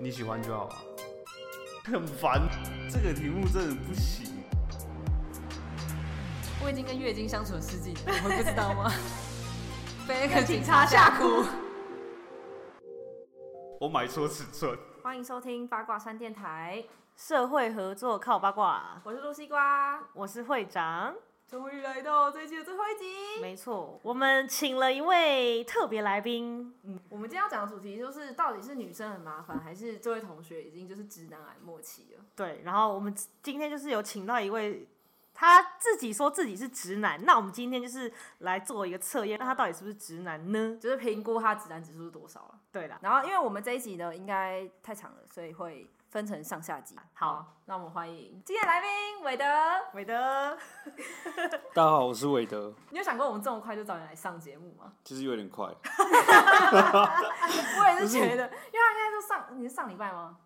你喜欢就好啊。 很烦，这个题目真的不行。我已经跟月经相处了世纪，你们不知道 吗？被那个警察察吓吓哭哭。我买错尺寸。欢迎收听八卦山电台，社会合作靠八卦，我是露西瓜，我是会长。终于来到这一期的最后一集。没错，我们请了一位特别来宾，我们今天要讲的主题就是，到底是女生很麻烦，还是这位同学已经就是直男癌末期了？对，然后我们今天就是有请到一位，他自己说自己是直男，那我们今天就是来做一个测验，那他到底是不是直男呢？就是评估他直男指数是多少了。对啦，然后，因为我们这一集呢，应该太长了，所以会分成上下集。好，那我们欢迎今天的来宾韦德。韦德，大家好，我是韦德。你有想过我们这么快就找你来上节目吗？其实有点快，我也是觉得，因为他应该就上，你是上礼拜吗？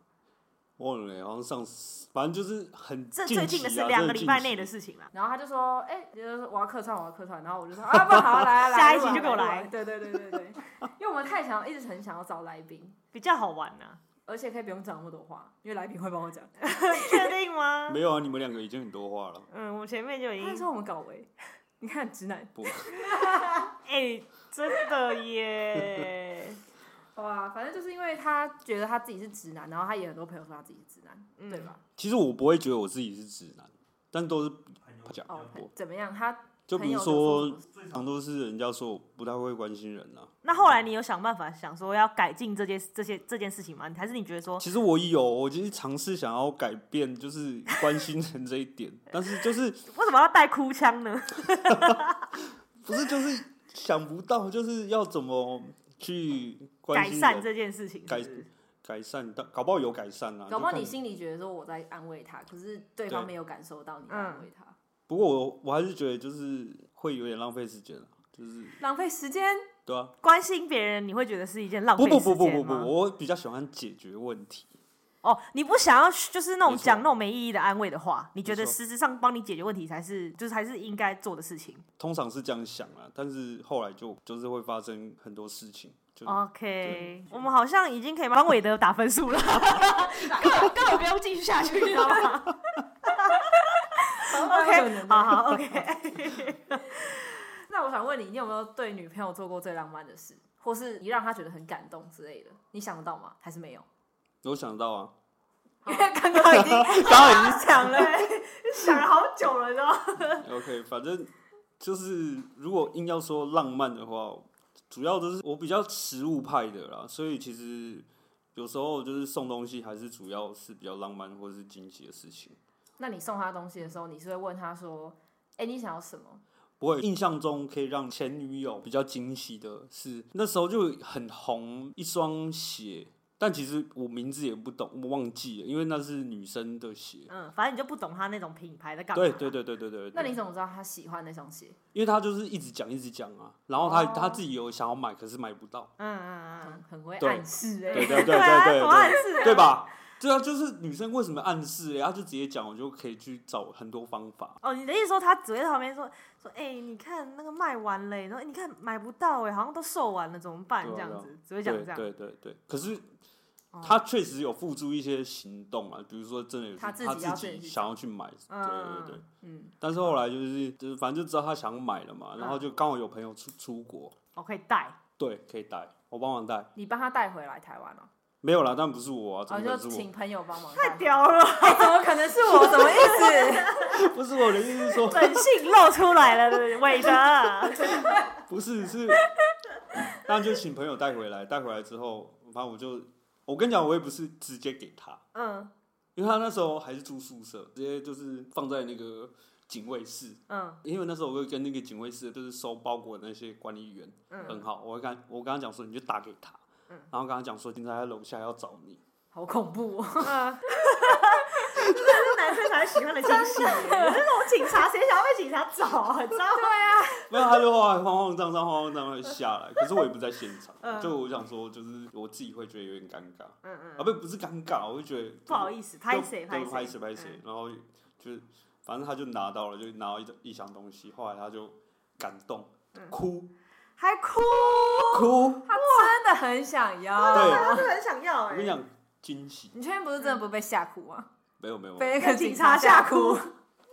忘了、欸，好像上，反正就是很这近最期近的啊是两个礼拜内的真事近期情啦。然后他就说，哎、就是我要客串，我要客串。然后我就说，啊，不好，来来来， 下一录啊集就给我录啊来对对对对对，因为我们太想，一直很想要找来宾，比较好玩啊呐、而且可以不用讲那么多话，因为来宾会帮我讲。确定吗？没有啊，你们两个已经很多话了。嗯，我前面就已他还经，说我们搞维，你看直男，不，哎、真的耶，好吧，反正就是因为他觉得他自己是直男，然后他也很多朋友说他自己是直男，嗯对吧？其实我不会觉得我自己是直男，但都是不嗯讲哦，过。怎么样？他就比如朋友说都，常常都是人家说我不太会关心人啊。那后来你有想办法想说要改进这件这些这件事情吗？你还是你觉得说，其实我有，我就是尝试想要改变，就是关心人这 一点，但是就是为什么要带哭腔呢？不是就是想不到，就是要怎么去关改心善人这件事情是不是改善，但搞不好有改善啊。搞不好就看你心里觉得说我在安慰他，可是对方对没有感受到你嗯在安慰他，不过我我还是觉得就是会有点浪费时间啊，就是浪费时间。对啊，关心别人，你会觉得是一件浪费不时间不吗？不不不不，我比较喜欢解决问题。哦，你不想要就是那种没错讲那种没意义的安慰的话，你觉得没错实质上帮你解决问题才是就是还是应该做的事情。通常是这样想啊，但是后来就就是会发生很多事情，就哦 OK，我们好像已经可以帮韦德打分数了， 根本根本不用继续下去， 你知道吗 ？OK，好好 OK，那我想问你，你有没有对女朋友做过最浪漫的事，或是你让她觉得很感动之类的？你想得到吗？还是没有？有想到啊， 因为刚刚已经刚好已想了想了好久了，你知道吗？经 OK，反正就是如果硬要说浪漫的话，主要都是我比较实物派的啦，所以其实有时候就是送东西还是主要是比较浪漫或者是惊喜的事情。那你送她东西的时候，你是会问她说：“哎、你想要什么不会，印象中可以让前女友比较惊喜的是，那时候就很红一双鞋，但其实我名字也不懂，我忘记了，因为那是女生的鞋。嗯，反正你就不懂他那种品牌的干嘛。对对对对对对？”，那你对怎么知道她喜欢那双鞋？因为他就是一直讲一直讲啊，然后他、哦他自己有想要买，可是买不到，嗯嗯嗯很很会对暗示哎、对 对对对啊对怎么暗对，示啊对吧？对啊，就是女生为什么暗示、欸？她就直接讲，我就可以去找很多方法。哦，你的意思说他只会在旁边说说，哎、你看那个卖完了、欸，然后、欸你看买不到哎、好像都售完了，怎么办？对啊这样对啊子只会对讲这样。对对对，可是哦他确实有付诸一些行动啊，比如说真的有去他自己要他自己去想要去买，对嗯对对。 嗯，但是后来就是就是反正就知道他想买了嘛，然后就刚好有朋友出出国，我可以带，对，可以带，我帮忙带，你帮她带回来台湾哦、没有啦，但不是我啊，怎哦，么你可就能是我？请朋友帮忙带。太屌了，哎 怎么可能是我？什么意思？ 不是我的意思是说，本性露出来了， 对不对韦德。不是是，那就请朋友带回来，带回来之后，反正我就我跟你讲，我也不是直接给他， 嗯因为他那时候还是住宿舍，直接就是放在那个警卫室，嗯因为那时候我会跟那个警卫室就是收包裹的那些管理员很嗯，好，我会跟他我跟他讲说你就打给他，嗯然后跟他讲说警察在楼下要找你，好恐 怖哦、嗯这是男生才喜欢的惊喜耶，那种警察谁想要被警察找啊？你知道吗？没有他就后来慌慌张张慌慌张张地下来，可是我也不在现场，嗯就我想说就是我自己会觉得有点尴尬，嗯啊嗯，不不是尴尬，我就觉得不好意思，拍谁就拍谁对嗯拍谁拍谁，然后就是反正他就拿到了，就拿到一一箱东西，后来他就感动哭还哭，哭，他真的很想要。对他是很想要哎、我跟你讲，惊喜。你确定不是真的不被吓哭吗？没有没有，被那被个警警察察吓吓哭哭，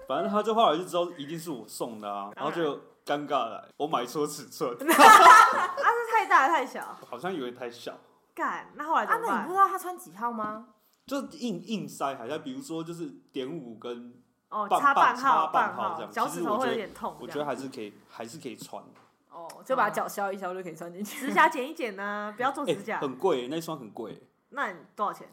反正他就后来就知道一定是我送的啊，然后当然就尴尬了，哎我买错尺寸，啊，是太大太小？好像有点太小，干，那后来怎啊，么那你办不？知道他穿几号吗？就硬硬塞海带，比如说就是点五跟，哦，半插半半插号，半号这号，样脚其实趾头我会觉有得点痛。我觉这得样还是可以，还是可以穿。哦，就把嗯脚削一削就可以穿进去。指甲剪一剪 呢，不要做哎、指甲。很贵，那一双很贵。那你多少钱？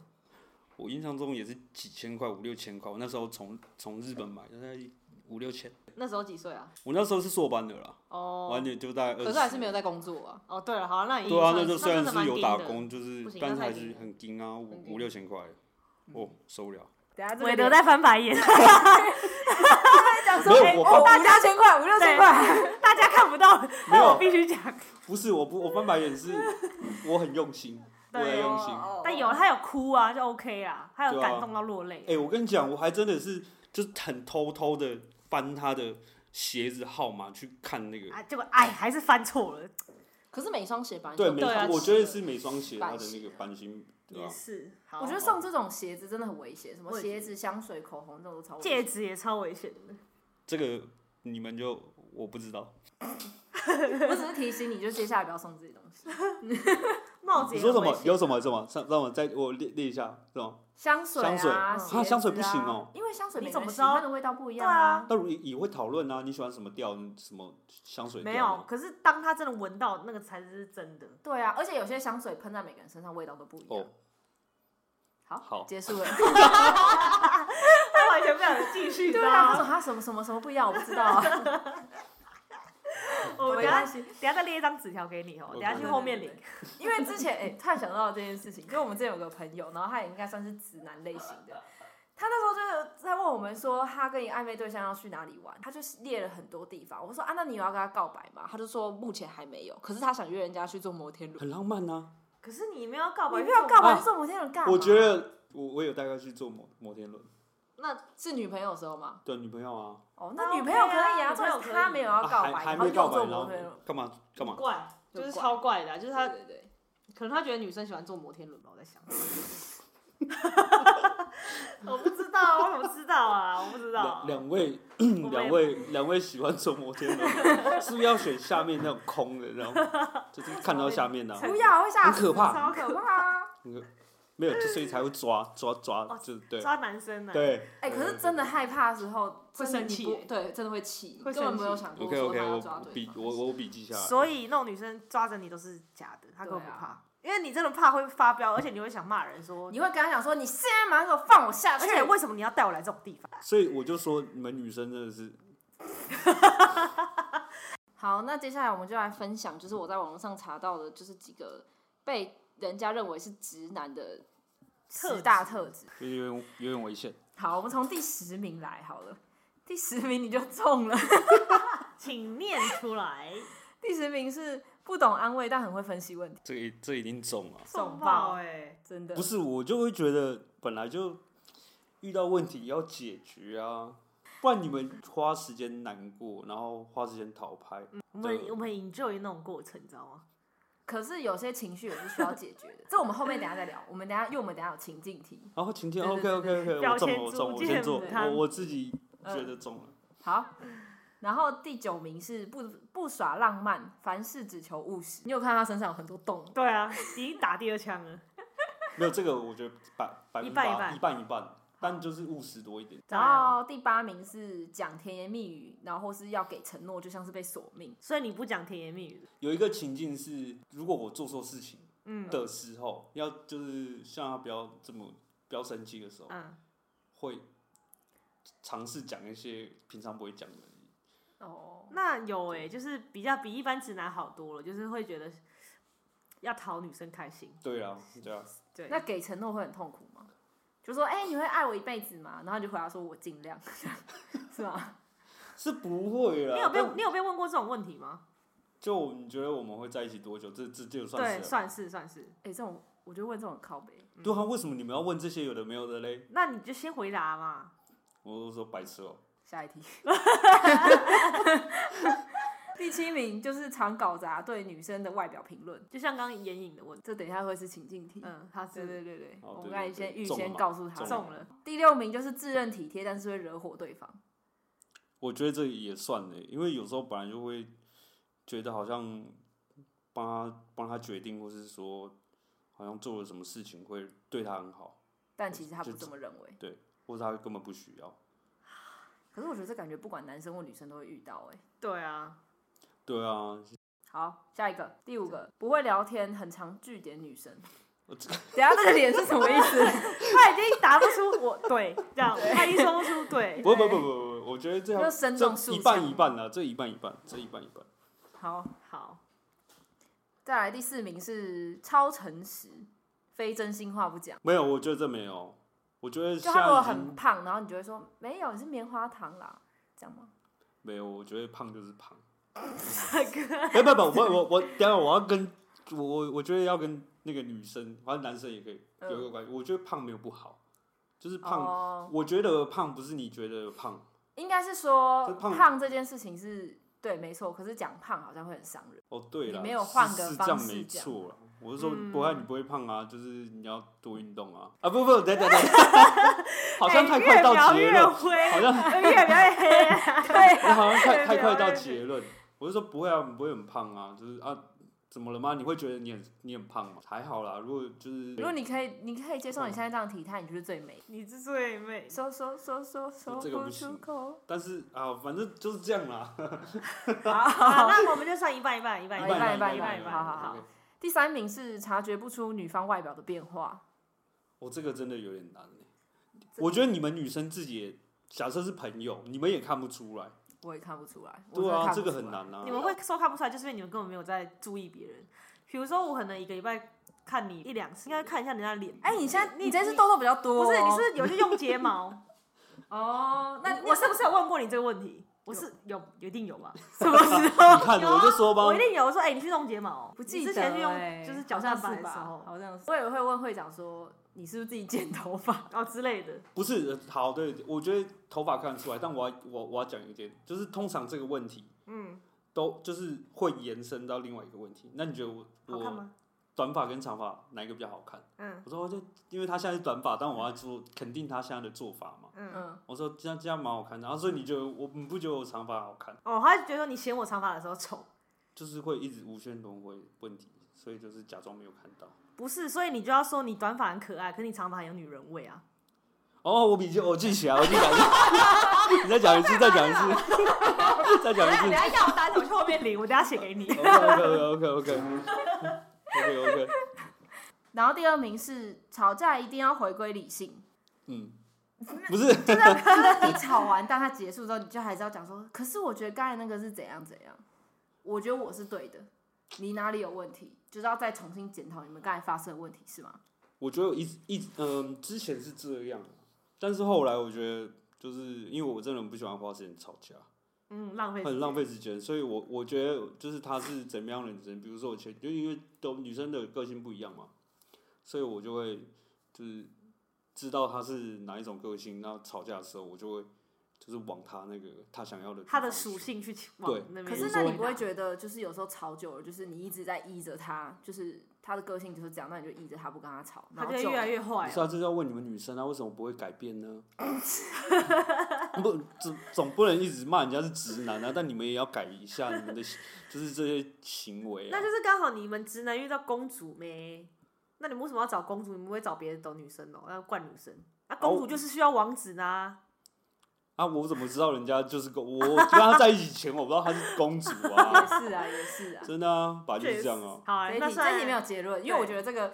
我印象中也是几千块，五六千块。我那时候从从日本买的，大概五六千。那时候几岁啊？我那时候是硕班的啦，哦完全就大概二。可是还是没有在工作啊。哦，对了，好，那你对啊，那算就虽真然的是有蛮打硬的，工，就是不行但那是太还硬是了很硬啊，很五硬五六千块，哦，受不了。等下这韦个德在翻白 眼，讲说，没有哎，我哦大家千块，五六千块，大家看不到，没但有我必须讲。不是，我不，我翻白眼是我很用心，我对也用心。哦但有他有哭啊，就 OK 啊，他有对啊感动到落泪。哎、我跟你讲，我还真的是就是很偷偷的翻他的鞋子号码去看那个，啊，结果哎，还是翻错了，可是每双鞋本来对，就每对啊我觉得是每双鞋它版的那型个版型，对啊吧、也是。好我觉得送这种鞋子真的很危险，什么我也觉得鞋子、香水、口红这种都超危险戒指也超危险的，这个你们就我不知道。 我只是提醒你，就接下来不要送这些东西。帽子你也说什很危么？险。有什么什么？让让我再我列列一下，是吗？香水香水啊，嗯鞋子啊香水不行哦，因为香水你每怎个人么知喜欢道的味道不一对样啊。，那如也也会讨论啊，你喜欢什么调？什么香水调没有，吗？可是当他真的闻到那个才是真的。对啊，而且有些香水喷在每个人身上味道都不一样哦。好，好结束了。他完全不想继续，对啊，他说他什么什么什么不一样，我不知道啊。我等没下关等系，下再列一张纸条给你哦， OK 等下去后面领。因为之前哎、突然想到这件事情，就我们之前有个朋友，然后他也应该算是直男类型的。他那时候就是在问我们说，他跟你暧昧对象要去哪里玩，他就列了很多地方。我说啊，那你有要跟他告白吗？他就说目前还没有，可是他想约人家去做摩天轮。很浪漫啊！可是你没有告白，你不要告白啊去做摩天轮干嘛？我觉得我我有带他去做摩摩天轮，那是女朋友的时候吗？对女朋友啊，哦，那那 OK 啊女朋友可以啊，女朋友但可以是他没有要啊告还白，还然后没又告白，做然摩后天轮。干嘛干嘛？怪，就是怪超怪的啊，就是他对对对，可能他觉得女生喜欢坐摩天轮吧，我在想。 我不知道，我怎么知道啊？我不知道两。两位也两位两位喜欢坐摩天轮，是不是要选下面那种空的，然后就是看到下面的啊、不要，会吓很死，可怕超可怕啊！没有，就所以才会抓抓抓哦，就对抓男生呢？，啊对。哎，可是真的害怕的时候真的嗯生气你不耶对，真的会气，会根本生没有气想过 OK 说他 OK，要我抓我对笔方。我我笔记下来。所以那种女生抓着你都是假的，她根本不对啊怕，因为你真的怕会发飙，而且你会想骂人说，你会跟他讲说，你现在马上给我放我下而去。且为什么你要带我来这种地方？所以我就说你们女生真的是好，那接下来我们就来分享，就是我在网络上查到的，就是几个被人家认为是直男的十大特质。就是有点有点危险。好，我们从第十名来好了。第十名你就中 了。 请念出来， 第十名是不懂安慰，但很会分析问题，这一这一定中了，送爆爆哎！真的不。是我就会觉得本来就遇到问题要解决啊，不然你们花时间难过，然后花时间讨拍，我们对我们 enjoy 那种过程，你知道吗？可是有些情绪也是需要解决的，这我们后面等一下再聊。我们等一下，因为我们等一下有情境题。然后晴天对 OK 对 OK 对 OK，表我中现了我中出了我先剑中，他嗯我我自己觉得中了。好，然后第九名是不不耍浪漫，凡事只求务实。你有看到他身上有很多洞吗？对啊，已经打第二枪了，没有这个，我觉得百百分一之半一八半一半一半，但就是务实多一点。当然然啊后第八名是讲甜言蜜语，然后或是要给承诺，就像是被索命。所以你不讲甜言蜜语，有一个情境是，如果我做错事情嗯的时候，要就是像他不要这么不要生气的时候，嗯，会尝试讲一些平常不会讲的。哦，那有哎，就是比较比一般直男好多了，就是会觉得要讨女生开心，对啊，对啊，对，那给承诺会很痛苦吗？就说哎、你会爱我一辈子吗？然后你就回答说我尽量， 是吗？是不会啦。你有被但你有被问过这种问题吗？就你觉得我们会在一起多久？这这这就算是啊对，了算是算是。哎、这种我就问这种靠背，对啊，为什么你们要问这些有的没有的嘞？那你就先回答嘛。我都说白痴哦、下一题。 第七名就是常搞砸对女生的外表评论，就像刚刚眼影的问题，这等一下会是情境题。嗯，他对是对对对，哦我对们刚才对对先预中了先嘛告诉他中中了。第六名就是自认体贴，但是会惹火对方。我觉得这也算嘞，因为有时候本来就会觉得好像帮他帮他决定，或是说好像做了什么事情会对他很好，但其实他不就这么认为。或是他根本不需要。可是我觉得这感觉不管男生或女生都会遇到哎、对啊，对啊，好，下一个，第五个，不会聊天，很常据点女生。 我这 等一下这个脸是什么 意思？他已经答不出我对这样，他已经说不出对，不不不不哎不，不我觉得这就样生动这树一半上一半啊啦，这一半一半，这一半一半。好，好， 再来第四名是超诚实，非真心话不讲。没有，我觉得这没有。我觉得就现他如在果已很经胖，然后你就会说没有，你是棉花糖啦，这样吗？没有，我觉得胖就是胖。 不不不，我我我，等一下我要跟我我我觉得要跟那个女生，反正男生也可以嗯有一个关系。我觉得胖没有不好，就是胖哦，我觉得胖不是你觉得胖，应该是说就胖胖这件事情是对，没错。可是讲胖好像会很伤人。哦，对了，你没有换个是是方这样式没讲错了。我是说，嗯不然你不会胖啊，就是你要多运动啊。啊， 不不，等等等等， 好像太快到哎结越论描，越好像灰，越描越黑啊， 我好像太太越快描到越结论。我是说，不会啊，你不会很胖啊，就是啊，怎么了吗？你会觉得你很你很胖吗？还好啦，如果就是如果你可以，你可以接哦受你现在这样体态，你就是最美。 你之所以美，说说说说说这个不出行口。但是啊，反正就是这样啦，好，那我们就算一半一半一半一哦一半半半一半一半半好好好。第三名是察觉不出女方外表的变化，我这个真的有点难欸这我觉得你们女生自己也，假设是朋友，你们也看不出来。我也看不出来。我对真的啊，看这不个出很来。难啊你。们会说看不出来，就是因为你们根本没有在注意别人。比如说，我可能一个礼拜看你一两次，应该看一下人家脸。哎、你现在你你这次痘痘比较多、不哦，是，你是不是有些用睫毛。哦，那那我是不是有问过你这个问题？我有是有一定有吧？什么时候？你看，有啊我就说吧我一，定有。我说，哎，你去弄睫毛哦，不你记得、之欸、前去用就是脚上上板的时候，好像是。我也会问会长说，你是不是自己剪头发？哦之类的。不是呃好，对，我觉得头发看得出来，但我要我我要讲一点，就是通常这个问题嗯，都就是会延伸到另外一个问题。那你觉得我好看我吗？短发跟长发哪一个比较好看？嗯我说哦就因为他现在是短发，但我要做肯定他现在的做法嘛。嗯。嗯，我说这样这样蛮好看的，然后所以你觉得我你不觉得我长发好看？哦，他就觉得说你嫌我长发的时候丑，就是会一直无限轮回问题，所以就是假装没有看到。不是，所以你就要说你短发很可爱，可是你长发很有女人味啊。哦，我笔记我记起来，我记起来。你再讲一次，再讲一次，再讲一等次。哎下要单我去后面 领，我等下写给你。 OK OK OK OK OK OK，然后第二名是吵架一定要回归理性，嗯，不是，就是就是你吵完，当他结束之后，你就还是要讲说，可是我觉得刚才那个是怎样怎样，我觉得我是对的，你哪里有问题，就是要再重新检讨你们刚才发生的问题是吗？我觉得我一直一直嗯，之前是这样，但是后来我觉得就是因为我这人不喜欢花时间吵架，嗯，浪费时间很浪费时间，所以我我觉得就是他是怎么样的女生，比如说我前就因为都女生的个性不一样嘛，所以我就会就是知道她是哪一种个性，那吵架的时候我就会就是往她那个她想要的地他的方去属，性去往对那边。可是那你不会觉得，就是有时候吵久了，就是你一直在依着他，就是他的个性就是这样，那你就依着他不跟他吵，他然后就会就越来越不坏是哦？啊，这就要问你们女生啊，为什么不会改变呢？ 不，总总不能一直骂人家是直男啊，但你们也要改一下你们的就是这些行为啊那。就是刚好你们直男遇到公主咩？那你们为什么要找公主？你们不会找别的懂女生哦、要惯女生。那、公哦主就是需要王子呢、啊，我怎么知道人家就是公？我我跟她在一起前，我不知道她是公主啊。也是啊，也是啊。真的啊，本来就是这样确实啊。好、啊这，一 那题这一题没算有结论，因为我觉得这个，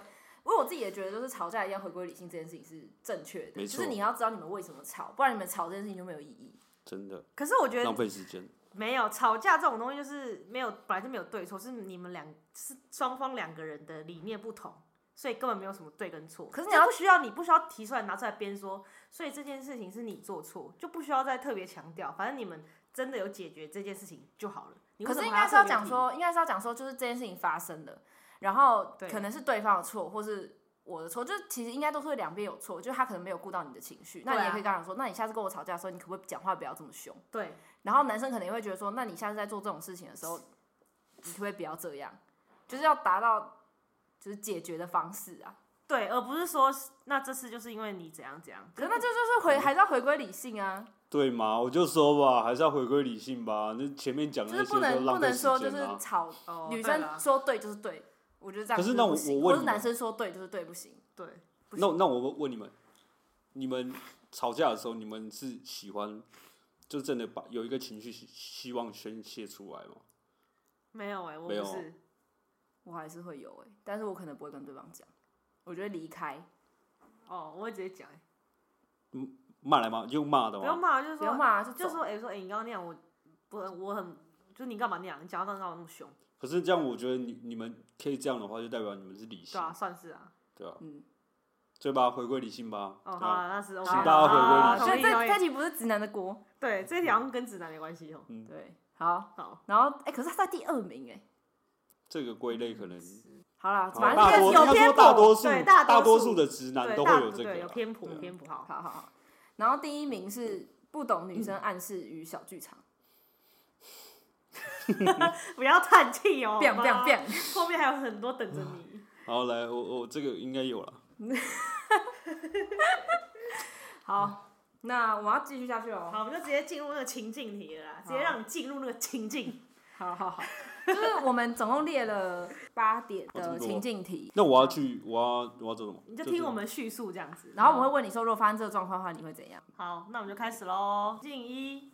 因为我自己也觉得，就是吵架一定要回归理性这件事情是正确的，没就是错你要知道你们为什么吵，不然你们吵这件事情就没有意义。真的可是我觉浪得费时间。没有吵架这种东西，就是没有本来就没有对错，是你们两是双方两个人的理念不同，所以根本没有什么对跟错。可是你这要不需要你不需要提出来拿出来编说，所以这件事情是你做错，就不需要再特别强调。反正你们真的有解决这件事情就好了。你为可什是么应还该是要特别讲提说，应该是要讲说，就是这件事情发生了，然后对可能是对方的错，或是我的错，就是其实应该都是会两边有错，就是他可能没有顾到你的情绪，那对你啊也可以跟他讲说，那你下次跟我吵架的时候，你可不可以讲话不要这么凶？对，然后男生可能也会觉得说，那你下次在做这种事情的时候，你可不可以不要这样？就是要达到就是解决的方式啊。对，而不是说那这次就是因为你怎样怎样，可是那这就是回还是要回归理性啊，对嘛？我就说吧，还是要回归理性吧。那前面讲的就那是些不就能不浪费能时说就间是啊。吵，哦女对生啦说对就是对，我觉得这样可是就那不我行我问或是你男哦生说对就是对不行，对，不那那我问你们，你们吵架的时候，你们是喜欢就真的把有一个情绪希希望宣泄出来吗？没有哎、我没有不是，我还是会有哎、但是我可能不会跟对方讲，我觉得离开哦，我会直接讲、欸，骂来骂用骂的不用吗？骂，就是不要说骂啊，就就走说哎、说哎、你刚刚那样，我不我很，就是你干嘛那样？你讲话干嘛那么凶？可是这样，我觉得你你们可以这样的话，就代表你们是理性对，啊，算是啊。对吧？嗯，对吧？回归理性吧。哦，对好啊啊，那是 OK 请的。大家回归好理哦性所同以意这同意这题不是直男的锅，对，这一条跟直男没关系哦。对，好，好，然后哎、可是他在第二名哎、这个归类可能好啦，好反大正多有应该就是偏说颇大多数对大多大多数数的直男对，嗯都大会有这个啊嗯对有啦。偏颇对偏颇好。好好好，然后第一名是不懂女生暗示与小剧场不要叹气 哦， ，biang 好 biang 吗 biang， 后面还有很多等着你。好，来，我我这个应该有了。好，那我们要继续下去哦，好，我们就直接进入那个情境题了啦，直接让你进入那个情 境。好好好，就是我们总共列了八点哦这的么多情境题，那我要去，我要我要做什么？你就就听是我们叙述这样子，然后我们会问你说，如果发生这个状况的话，你会怎样？好，那我们就开始喽。静一，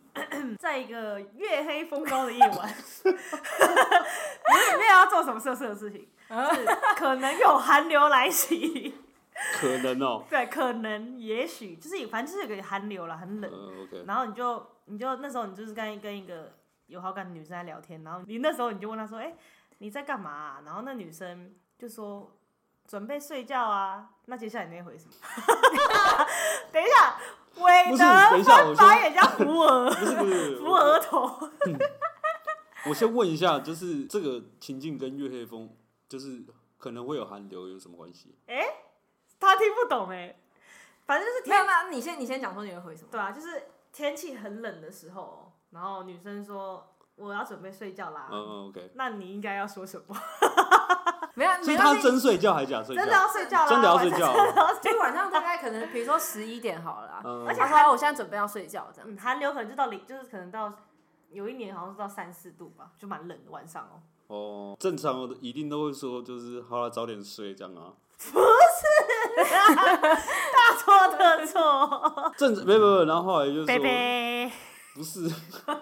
在一个月黑风高的夜晚， 没有没有要做什么色色的事情，是可能有寒流来袭， 可能哦、对，可能也许就是反正就是有个寒流了，很冷。嗯，OK，然后你就你就那时候你就是跟跟一个有好感的女生在聊天，然后你那时候你就问她说：“哎、你在干嘛啊、然后那女生就说：“准备睡觉啊。”那接下来你会回什么？ 等一下，韦不是等德一下我翻先白眼加扶额，不是 不是，扶额我头。我先问一下，就是这个情境跟月黑风，就是可能会有寒流有什么关系？她听不懂哎、反正就是 没天有，那你先你先讲说你会回什么？对啊，就是天气很冷的时候，然后女生说：“我要准备睡觉啦。嗯嗯，OK，那你应该要说什么？没有，所没以关他系真睡觉还假睡觉真的？要哦睡觉啦，真的要晚睡上觉啊真的要睡就晚上大概可能，比如说十一点好了啊、嗯而且他说我现在准备要睡觉这样。嗯，寒流可能就到零，就是可能到有一年好像是到三四度吧，就蛮冷的晚上哦。 哦，正常的一定都会说，就是好了，早点睡这样啊。大错特错，正没有没有，然后后来 就是贝说贝，不是，等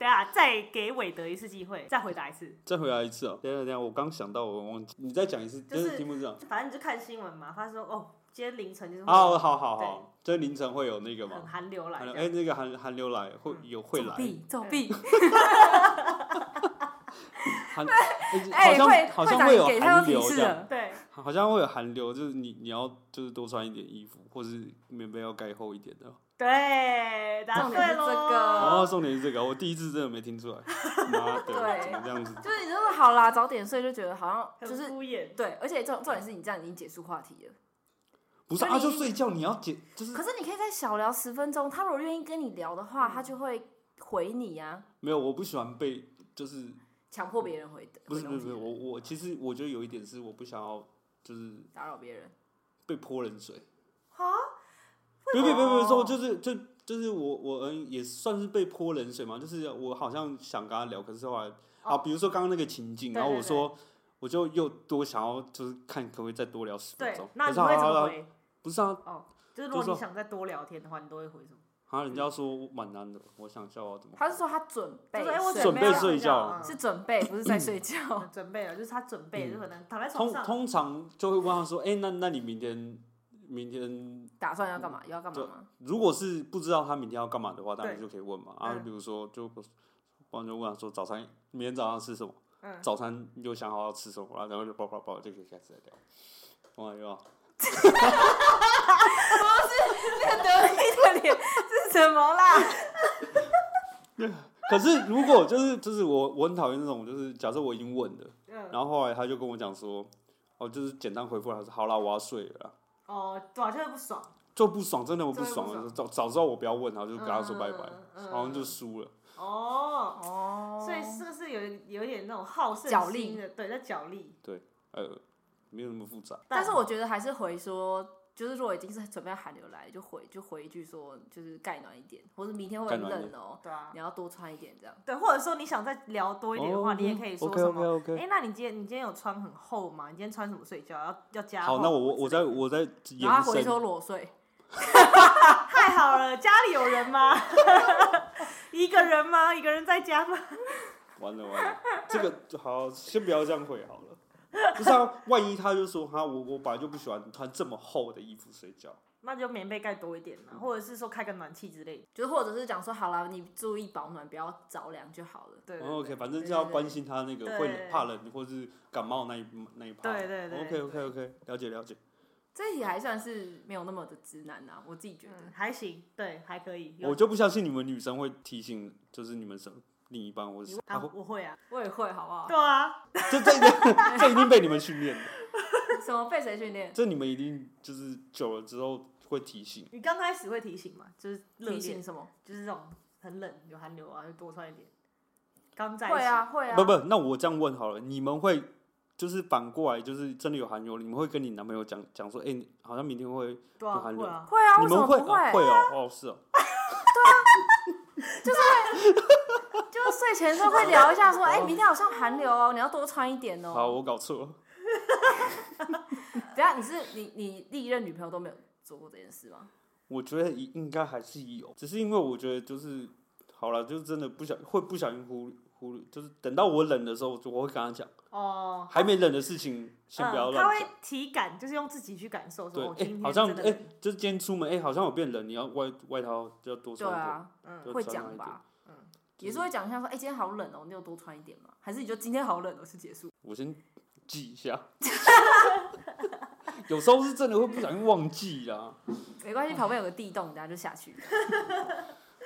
一下再给韦德一次机会，再回答一次。再回来一次啊！等一下等一下，我刚想到，我忘记，你再讲一次，就是听不是啊？反正你就看新闻嘛，他说哦，今天凌晨就是会哦，好好好，就是凌晨会有那个很嘛，寒流来寒流这哎、样。那个寒寒流来嗯会有会来，作弊， 寒，哎哎、好像会好会像长会有给他寒提流示这样，了，对，好像会有寒流，就是你你要就是多穿一点衣服，或是棉被要盖厚一点的。对，答重点对是这然个喽。后重点是这个，我第一次真的没听出来，妈的，对怎么这样子？就是你就是好啦，早点睡就觉得好像很就是敷衍，对，而且重重点是你这样已经结束话题了，不是所以啊，你就睡觉，你要解，就是可是你可以再小聊十分钟，他如果愿意跟你聊的话，他就会回你啊，没有，我不喜欢被就是强迫别人回的，不是不是不是，回我东西我其实我觉得有一点是我不想要就是打扰别人，被泼冷水。啊？别别别别哦说，就是就就是我我嗯也算是被泼冷水嘛，就是我好像想跟他聊，可是后来、啊，比如说刚刚那个情境，对然哦后对我说我就又多想要就是看可不可以再多聊十分对钟，，那可你是好会怎好么好回？不是啊，哦，就是如果就是你说想再多聊天的话，你都会回什么？好像人家说蛮难的，我想一下我要怎么他是说他准备就，是哎，我准备要睡觉啊是准备，不是在睡觉，嗯准备了，就是他准备，就可能躺在床嗯通上，通常就会问他说，哎、那那你明天明天打算要干嘛？要干嘛对吗？如果是不知道他明天要干嘛的话，当然对就可以问嘛。啊，嗯比如说就不然就问他啊说早餐明天早上吃什么，嗯早餐你就想好要吃什么，然后就叭叭叭就可以开始聊。哇哟，那个得意的脸是什么啦？可是如果就是就是我我很讨厌那种就是假设我已经问了，嗯，然后后来他就跟我讲说，哦，就是简单回复他说好啦，我要睡了啦，哦，对啊，就是不爽，就不爽，真的我不真的爽不了，爽早早知道我不要问，然后就跟他说拜拜，嗯嗯嗯好像就输了。哦，哦所以这个是有有一点那种好胜角力心的，对，在角力。呃，没有那么复杂。但是我觉得还是回说，就是如果已经是准备要寒流来，就回就回一句说，就是盖暖一点，或者明天会很盖暖一冷点哦，对啊，你要多穿一点这样。对，或者说你想再聊多一点的话，你也可以说哦 OK 什 OK 么？哎、 OK。那你今天你今天有穿很厚吗？你今天穿什么睡觉？要要加厚好，那我我我之类再的我再然后延他回伸，说裸睡，太好了，家里有人吗？ 一个人吗？一个人在家吗？完了 完了，这个好，先不要这样回好了。不是啊，万一他就说哈，我我本来就不喜欢穿这么厚的衣服睡觉，那就棉被盖多一点嘛，或者是说开个暖气之类的。就是或者是讲说好了，你注意保暖，不要着凉就好了。对然对后哦 OK，对反正就对要对关心他那个对会冷怕冷或是感冒那一那一趴。对对对 OK OK OK，了解了解。这一题还算是没有那么的直男啊，我自己觉得。嗯，还行，对，还可以。有我就不相信你们女生会提醒，就是你们什么另一半或是他啊会，，我会啊，我也会，好不 好？对啊，这这这一定 被你们训练的，什么被谁训练？这你们一定就是久了之后会提醒。你刚开始会提醒嘛，就是热提恋醒，什么？就是这种很冷有寒流啊，就多穿一点。刚在一起会啊，，会啊。不不，那我这样问好了，你们会就是反过来，就是真的有寒流，你们会跟你男朋友讲讲说，哎、你好像明天会，对啊，有寒流会啊，会啊，为你什么们不会、哦会哦，哦是哦，就是睡前的时候会聊一 下，说，哎，明天好像寒流哦，你要多穿一点哦。好，我搞错了，等一下你是你你历任女朋友都没有做过这件事吗？我觉得应应该还是有，只是因为我觉得就是好了，就是真的不小会不小心忽略忽略，就是等到我冷的时候，我就我会跟他讲，哦，还没冷的事情先不要嗯，乱他讲。会体感，就是用自己去感受，对，说我哦哎、今好天像真的哎、冷，就是今天出门，哎、好像有变冷，你要外外套就要多对穿一点，啊，嗯，就会穿那讲一吧。点嗯也是会讲一下说，哎、今天好冷哦，你有多穿一点吗？还是你就今天好冷哦，是结束？我先记一下。 有时候是真的会不小心忘记啦。没关系，旁边有个地洞，等下就下去。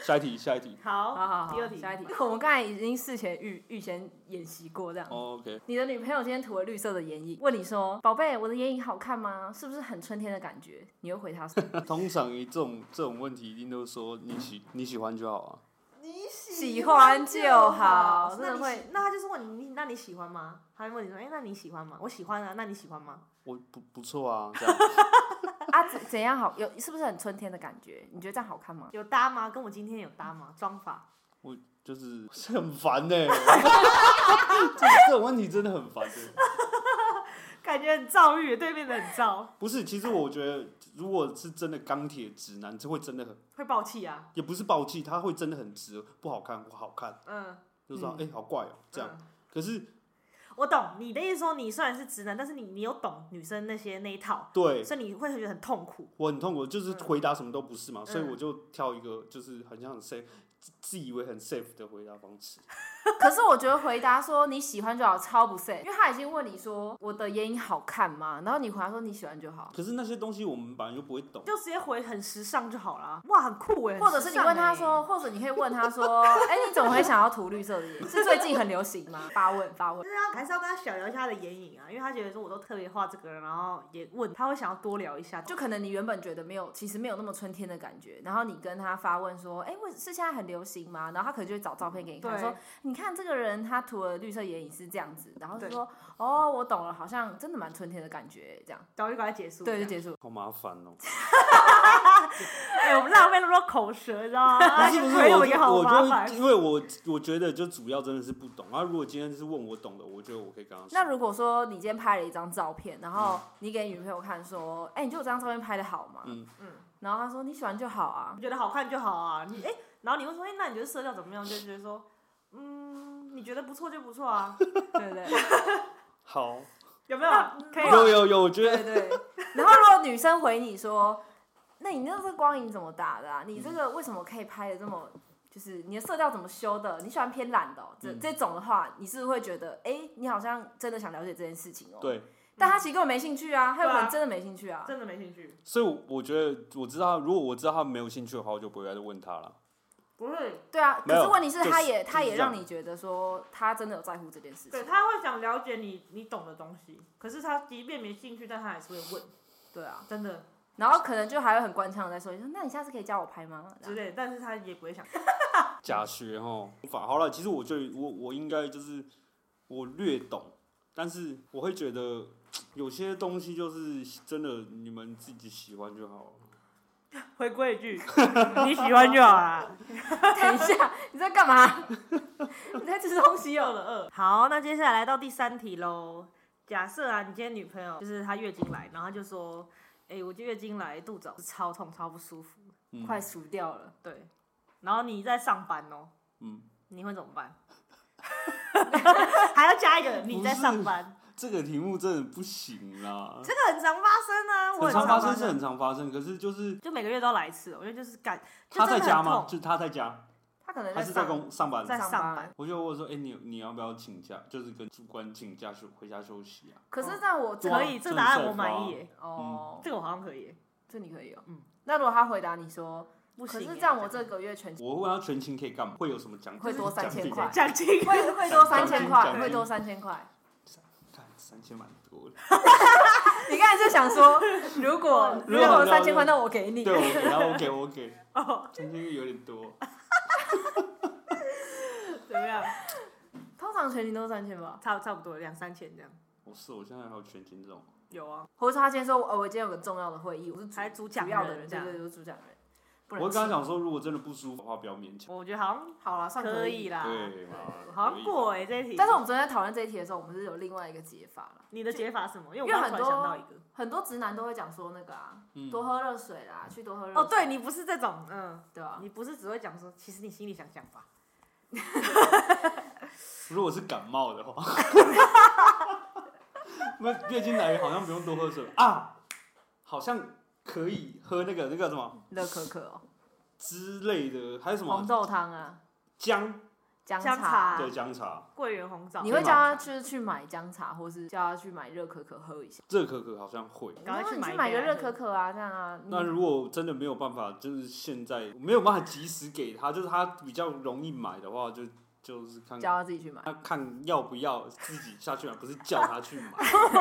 下一题，下一题。好，好好哦好第二，题下一题。 我们刚才已经事前预预先演习过这样。哦 OK，你的女朋友今天涂了绿色的眼影，问你说：“宝贝，我的眼影好看吗？是不是很春天的感觉？”你会回她说 通常这种这种问题一定都说你喜你喜欢就好啊。你喜欢就好那真的你会喜，那他就是问你，你那你喜欢吗？他会问你说，哎、那你喜欢吗？我喜欢啊，那你喜欢吗？我不不错啊，这样 啊，怎怎样好？有是不是很春天的感觉？你觉得这样好看吗？有搭吗？跟我今天有搭吗？妆法，就是很烦呢、 这这种问题真的很烦、欸。感觉很躁郁，对面的很躁，不是，其实我觉得，如果是真的钢铁直男，就会真的很，会爆气啊。也不是暴气，他会真的很直，不好看，不好看，嗯，就说哎、欸好怪哦、这样。嗯可是我懂你的意思，说你虽然是直男，但是你你有懂女生那些那一套，对所以你会觉得很痛苦。我很痛苦，就是嗯回答什么都不是嘛，所以嗯我就挑一个就是很像很 safe，自自以为很 safe 的回答方式。可是我觉得回答说你喜欢就好，超不 s 因为她已经问你说我的眼影好看吗？然后你回答说你喜欢就好，可是那些东西我们本来就不会懂，就直接回很时尚就好啦。哇，很酷哎、或者是你问他说，或者你可以问他 说，哎、你怎么会想要涂绿色的 眼影？是最近很流行吗？发问发问就。是要还是要跟他小聊一下他的眼影啊，因为他觉得说我都特别画这个，然后也问他会想要多聊一下，就就可能你原本觉得没有，其实没有那么春天的感觉，然后你跟他发问说，哎、为是现在很流行吗？然后他可能就会找照片给你看，对说你看这个人他涂了绿色眼影是这样子，然后就对说哦，我懂了，好像真的蛮春天的感觉，这样，然后就赶快结束。对，就这样结束。好麻烦哦、哎、我们浪费那么多口舌，你知道吗？ 不是不是，啊朋友我也就好我麻烦就。因为我我觉得就主要真的是不懂啊。如果今天是问我懂的，我觉得我可以跟他那说。如果说你今天拍了一张照片，然后你给女朋友看说，哎、你觉得我这张照片拍的好吗？嗯嗯然后她说你喜欢就好啊你，觉得好看就好啊，你哎、然后你会说，哎、那你觉得色调怎么样？就觉得说，嗯，你觉得不错就不错啊，对不对？好，有没有？啊可以有有有，我觉得对对。然后如果女生回你说，那你那个光影怎么打的、啊？你这个为什么可以拍的这么，就是你的色调怎么修的？你喜欢偏蓝的、哦，这、嗯这种的话，你是不是会觉得，哎，你好像真的想了解这件事情哦？。对，但他其实根本没兴趣啊，他有可对能啊真的没兴趣啊。真的没兴趣，所以我我觉得我知道，如果我知道他没有兴趣的话，我就不会再问他了。不会，对啊，没有可是问题是，就是他也他就是也这样让你觉得说他真的有在乎这件事对情，他会想了解你你懂的东西，可是他即便没兴趣，但他还是会问，对啊，真的然后可能就还会很官腔的在说，你说那你下次可以教我拍吗？之类的，但是他也不会想。假学哈，法好了。其实我就我我应该就是我略懂，但是我会觉得有些东西就是真的你们自己喜欢就好了。 回归一 句，你喜欢就好啦。等一下，你在干嘛？ 你在吃东西饿哦？了饿。好，那接下来到第三题喽。假设啊，你今天女朋友就是她月经来，然后她就说：“哎、我就月经来，肚子超痛，超不舒服。嗯快熟掉了”，对，然后你在上班哦，嗯，你会怎么 办？还要加一个你在上班，这个题目真的不行啦，这个很常发生啊，我很常发发生是很常发生，可是就是就每个月都要来一次，我觉得就是感，就他在真的家很吗？痛，就是他在家，他可能还是在上工上班？在上上班班，我就问说，哎、你你要不要请假？就是跟主管请假休回家休息啊？可是在我这对啊可以，这个答案这很我满 safe 啊意耶，哦，这个我好像可以耶，这你可以哦。嗯那如果他回答你说，不可行耶。是这样我这个月全我问他全勤可以干嘛？会有什么奖？会多奖3000品 块奖金 会会多三千块，奖金会多三千块。看三千蛮多的。你刚才就想 说，如果如如果果三千块，那我给你对，。我给他，我给我给，哦，三千有点多。怎么样？通常全勤都是三千吧。差差不多两三千这样。我哦是，我现在还有全勤这种，有啊，或者说他今天说，呃，我今天有个重要的会议，我是还主讲主要的人人，这对样对，对，我是主讲人。不我能会跟他吃讲说，如果真的不舒服的话，不要勉强。我觉得好像好了，算可以以。啦，对嘛？好像过哎、哎、这一题。但是我们昨天在讨论这一题的时候，我们是有另外一个解法了。你的解法是什么？因为我因为刚刚突然很想多到一个。很多直男都会讲说那个啊，嗯多喝热水啦，去多喝热水。哦，对你不是这种，嗯，对啊，你不是只会讲说，其实你心里想想吧。如果是感冒的话， 那月经来好像不用多喝水啊，好像可以喝那个那个什么热可可哦，之类的，还有什红么豆汤啊，姜姜啊姜茶对姜茶，桂圆红枣，你会叫他就是去买姜茶，或是叫他去买热可可喝一下。热可可好像会。赶快然后你买去一买个杯来热喝可。可啊，这样啊。你那如果真的没有办法，就是现在没有办法及时给他，就是他比较容易买的话，就就是看叫他自己去买。他看要不要自己下去买，不是叫他去买。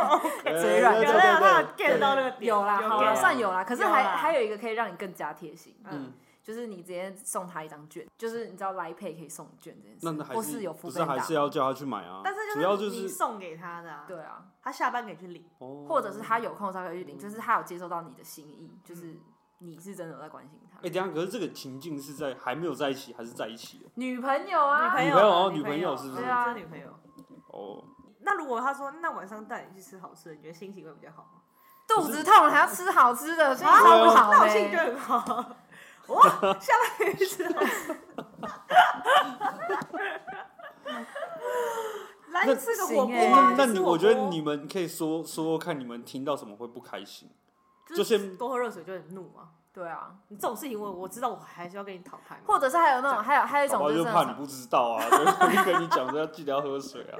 嘴软哎对有没有对对办对法 get 到那个点？有啦，好啦了，有算有啦。可是有还啦还有一个可以让你更加贴心，嗯嗯，就是你直接送他一张券，就是你知道来 pay 可以送券这件事，那那还或是有不福是贝还达是，要叫他去买啊？但是主要就是就你是送给他的啊，对啊，他下班可以去领。哦或者是他有空的时候可以去领，就是他有接受到你的心意，就是你是真的有在关心他哎、。等一下，可是这个情境是在还没有在一起，还是在一起的？女朋友啊，女女朋朋友友哦啊，女朋友是不是对啊，女朋友。哦，那如果他说那晚上带你去吃好吃的，你觉得心情会比较好吗？肚子痛还要吃好吃的，所以啊超不好那我心情就嘞。很好。哇，下班可以去吃好吃的。 来那吃个火锅对行啊欸！那你吃火我觉得锅你们可以说说看，你们听到什么会不开心？就就是是多喝热水就很怒啊！对啊，你这种事情我我知道，我还是要跟你讨拍嘛。或者是还有那种，还有还有一宝种宝就是就那怕你种不知道 啊，所以就跟你讲说要记得要喝水啊。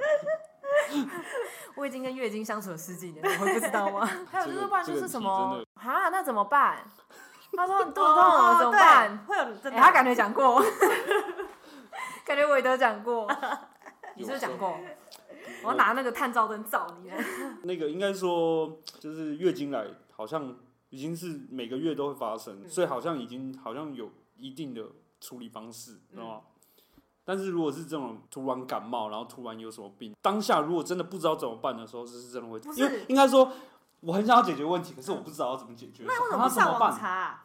我已经跟月经相处了十几年了，我会不知道吗？还有就是不然就是什这么个 啊，那怎么办？他说你肚子痛哦了怎么办？？对会有真哎、的，他感觉讲过，感觉韦德讲过，你有是不是讲时候过？我要拿那个探照灯照你。那个应该说，就是月经来好像已经是每个月都会发生，嗯所以好像已经好像有一定的处理方式，知道吗？嗯但是如果是这种突然感冒，然后突然有什么病，当下如果真的不知道怎么办的时候，这是真的会不，是因为应该说，我很想要解决问题，可是我不知道要怎么解决，那为什啊么不怎上么网办？查啊？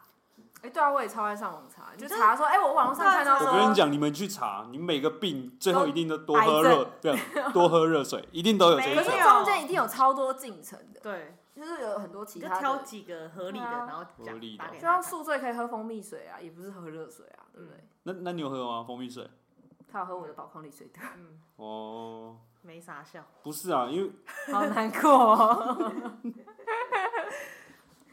哎、对啊，我也超爱上网查，就查说，哎、我网络上看到我跟你说，讲，你们去查，你每个病最后一定都多喝癌热，这样多喝热水，一定都有这一可种是没。有中间一定有超多进程的，对，就是有很多其你就他挑的，几个合理的，对啊然后合理讲的打给就他像看。宿醉可以喝蜂蜜水啊，也不是喝热水啊，对不嗯对？那那你有喝吗？蜂蜜水？他有喝我的宝矿 力水的，嗯，哦，没啥效。不是啊，因为好难过、哦。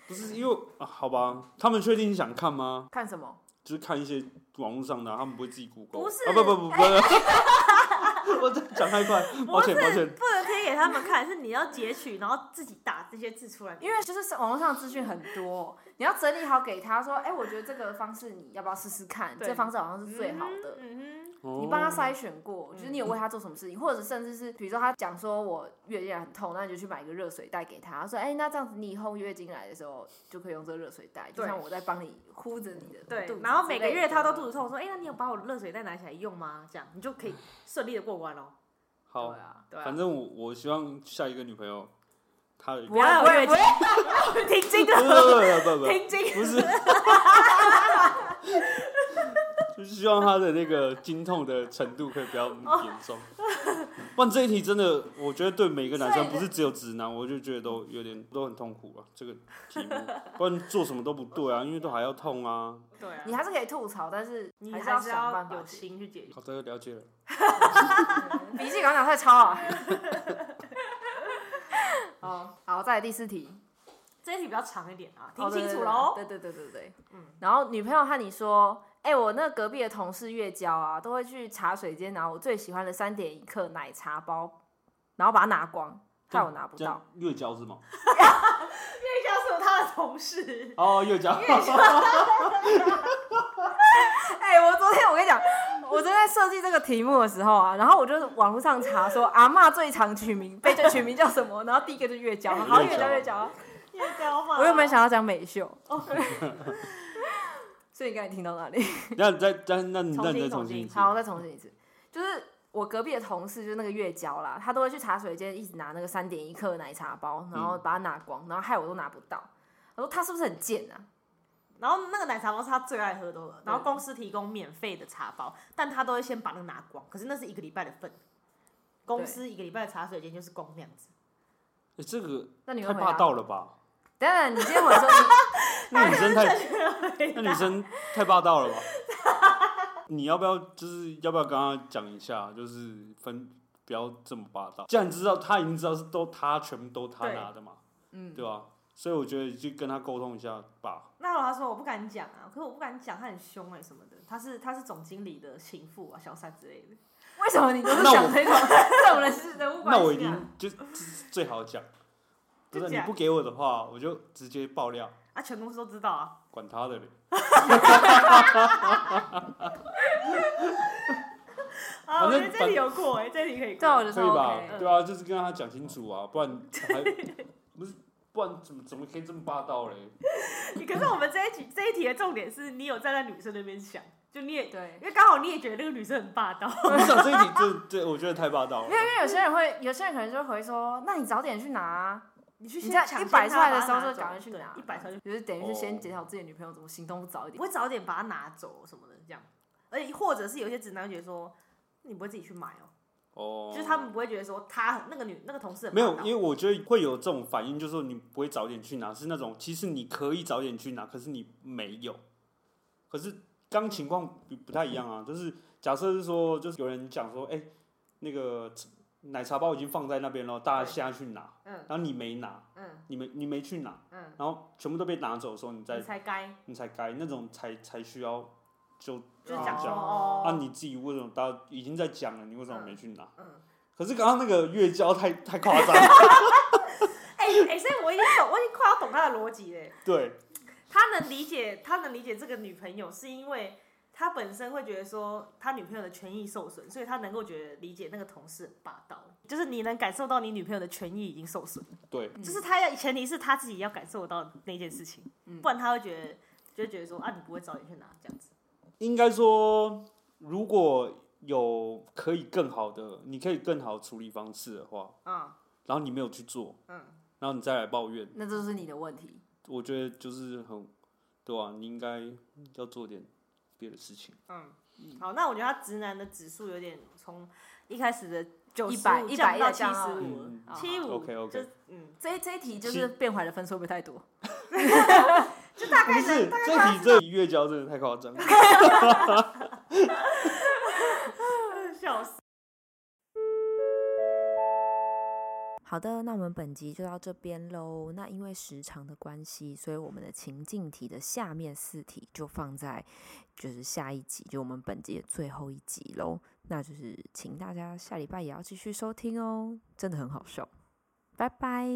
不是因为、啊、好吧，他们确定想看吗？看什么？就是看一些网络上的啊、他们不会自己 Google。不是啊，不不不不， 我这讲太快，抱歉抱歉。不能贴给他们看，是你要截取，然后自己打这些字出来。因为就是网络上的资讯很多，你要整理好给他说，哎、我觉得这个方式你要不要试试看？对这方式好像是最好的。嗯你哦帮他筛选过，就是你有为他做什么事情，或者甚至是比如说他讲说我月经来很痛，那你就去买个热水袋给他，他说哎、那这样子你以后月经来的时候就可以用这个热水袋，就对像我在帮你呼着你的肚子之类对的，，然后每个月他都肚子痛，我说：“哎、那你有把我热水袋拿起来用吗？”这样你就可以顺利的过关哦。好对，啊，对、啊，反正我我希望下一个女朋友，她有一个不要有月不要经， 停经 不了，不不不不停经。不是，就是希望他的那个经痛的程度可以不要那么严重。不然这一题真的，我觉得对每个男生不是只有直男，我就觉得都有点都很痛苦啊。这个题目，不然做什么都不对啊，因为都还要痛啊。对、啊，你还是可以吐槽，但是你还还要是想办要法有解决。 心去解决。好的，了解了。笔记港讲太 超了。好好，再来第四题，这一题比较长一点啊，哦听清楚对喽。对对对对对，嗯嗯。然后女朋友和你说：“哎、我那隔壁的同事月娇啊，都会去茶水间拿我最喜欢的三点一克奶茶包，然后把它拿光，害我拿不这到样。月交是吗？月娇是我他的同事，哦，月交。 哎、我昨天我跟你讲， 我昨天在设计这个题目的时候啊，然后我就网络上查说阿嬷最常取名被取名叫什么，然后第一个就是月 娇，好月月娇娇月娇啊。月娇嘛。我原本想要讲美秀，哦所以你刚才听到哪里？ 那你再再那你那你再重重新新一次。好，我再重申一次，就是我隔壁的同事，就是那个月娇啦，她都会去茶水间一直拿那个三点一克奶茶包，然嗯后把它拿光，然后害我都拿不到。我说她是不是很贱啊？然后那个奶茶包是他最爱喝的了，然后公司提供免费的茶包，但他都会先把那个拿光，可是那是一个礼拜的份。公司一个礼拜的茶水间就是供那样子，诶这个那你太会回霸答？道了吧？等等，你今天回说你那女生 太，那女生太霸道了吧？ 你要不要就是要不要跟她讲一下，就是分不要这么霸道？既然知道她已经知道是都她全部都她对拿的嘛，嗯，对吧、所以我觉得就跟她沟通一下吧。那如果他说我不敢讲啊，可是我不敢讲，他很凶哎、什么的，他是他是总经理的情妇啊，小三之类的。为什么你都是那我讲这种 这种人事人物关那我一系定啊？就就是最好讲，不是就你讲不给我的话，我就直接爆料，啊，全公司都知道啊。管他的嘞。啊，反我觉正得这里有过哎、这里可以过。对，我就可说以吧嗯 OK，？嗯对啊，就是跟他讲清楚啊，不然还不是，不然怎么怎么可以这么霸道嘞？ 可是我们这一集这一题的重点是你有站在女生那边想，就你也对因。为刚好你也觉得那个女生很霸道，我想这一题，这这我觉得太霸道了没。有，因为有些人会，有些人可能就会回说，那你早点去拿、啊，你去你先在抢一摆先出把来的它时候拿就走赶快去对拿，一摆出来就就是等于是哦先检讨自己的女朋友怎么行动不早一点我。会早点把它拿走什么的，这样。而且或者是有些直男会觉得说，你不会自己去买哦、哦，就是他们不会觉得说他很那个女那个同事很没有霸，道因为我觉得会有这种反应，就是说你不会早点去拿，是那种其实你可以早点去拿，可是你没有。可是刚情况不不太一样啊，就是假设是说，就是有人讲说，哎、那个奶茶包已经放在那边了，大家现在去拿，嗯然后你没拿，嗯你没你没去拿，嗯，然后全部都被拿走的时候，你你再才该你才该那种才才需要就就是讲说讲哦，啊，你自己为什么大家已经在讲了，你为什么没去拿？嗯可是刚刚那个月交太太夸 张，了，哎哎，所以我已经懂，我已经快要懂他的逻辑嘞。对，他能理解，他能理解这个女朋友，是因为他本身会觉得说他女朋友的权益受损，所以他能够觉得理解那个同事很霸道，就是你能感受到你女朋友的权益已经受损，对，嗯就是他要前提是他自己要感受到那件事情，嗯不然他会觉得就会觉得说啊你不会早点去拿这样子，应该说，如果有可以更好的，你可以更好处理方式的话，嗯然后你没有去做，嗯，然后你再来抱怨，那这就是你的问题。我觉得就是很，对啊，你应该要做点别的事情。嗯，好，那我觉得他直男的指数有点从一开始的九十100五降到100七十降五嗯，好七五 OK，OK 就嗯，这一这一题就是是变坏的分数会不会太多？不是，这题这题月交真的太夸张了。笑死。好的，那我们本集就到这边喽。那因为时长的关系，所以我们的情境题的下面四题就放在就是下一集，就我们本集的最后一集喽。那就是请大家下礼拜也要继续收听哦，真的很好笑。拜拜。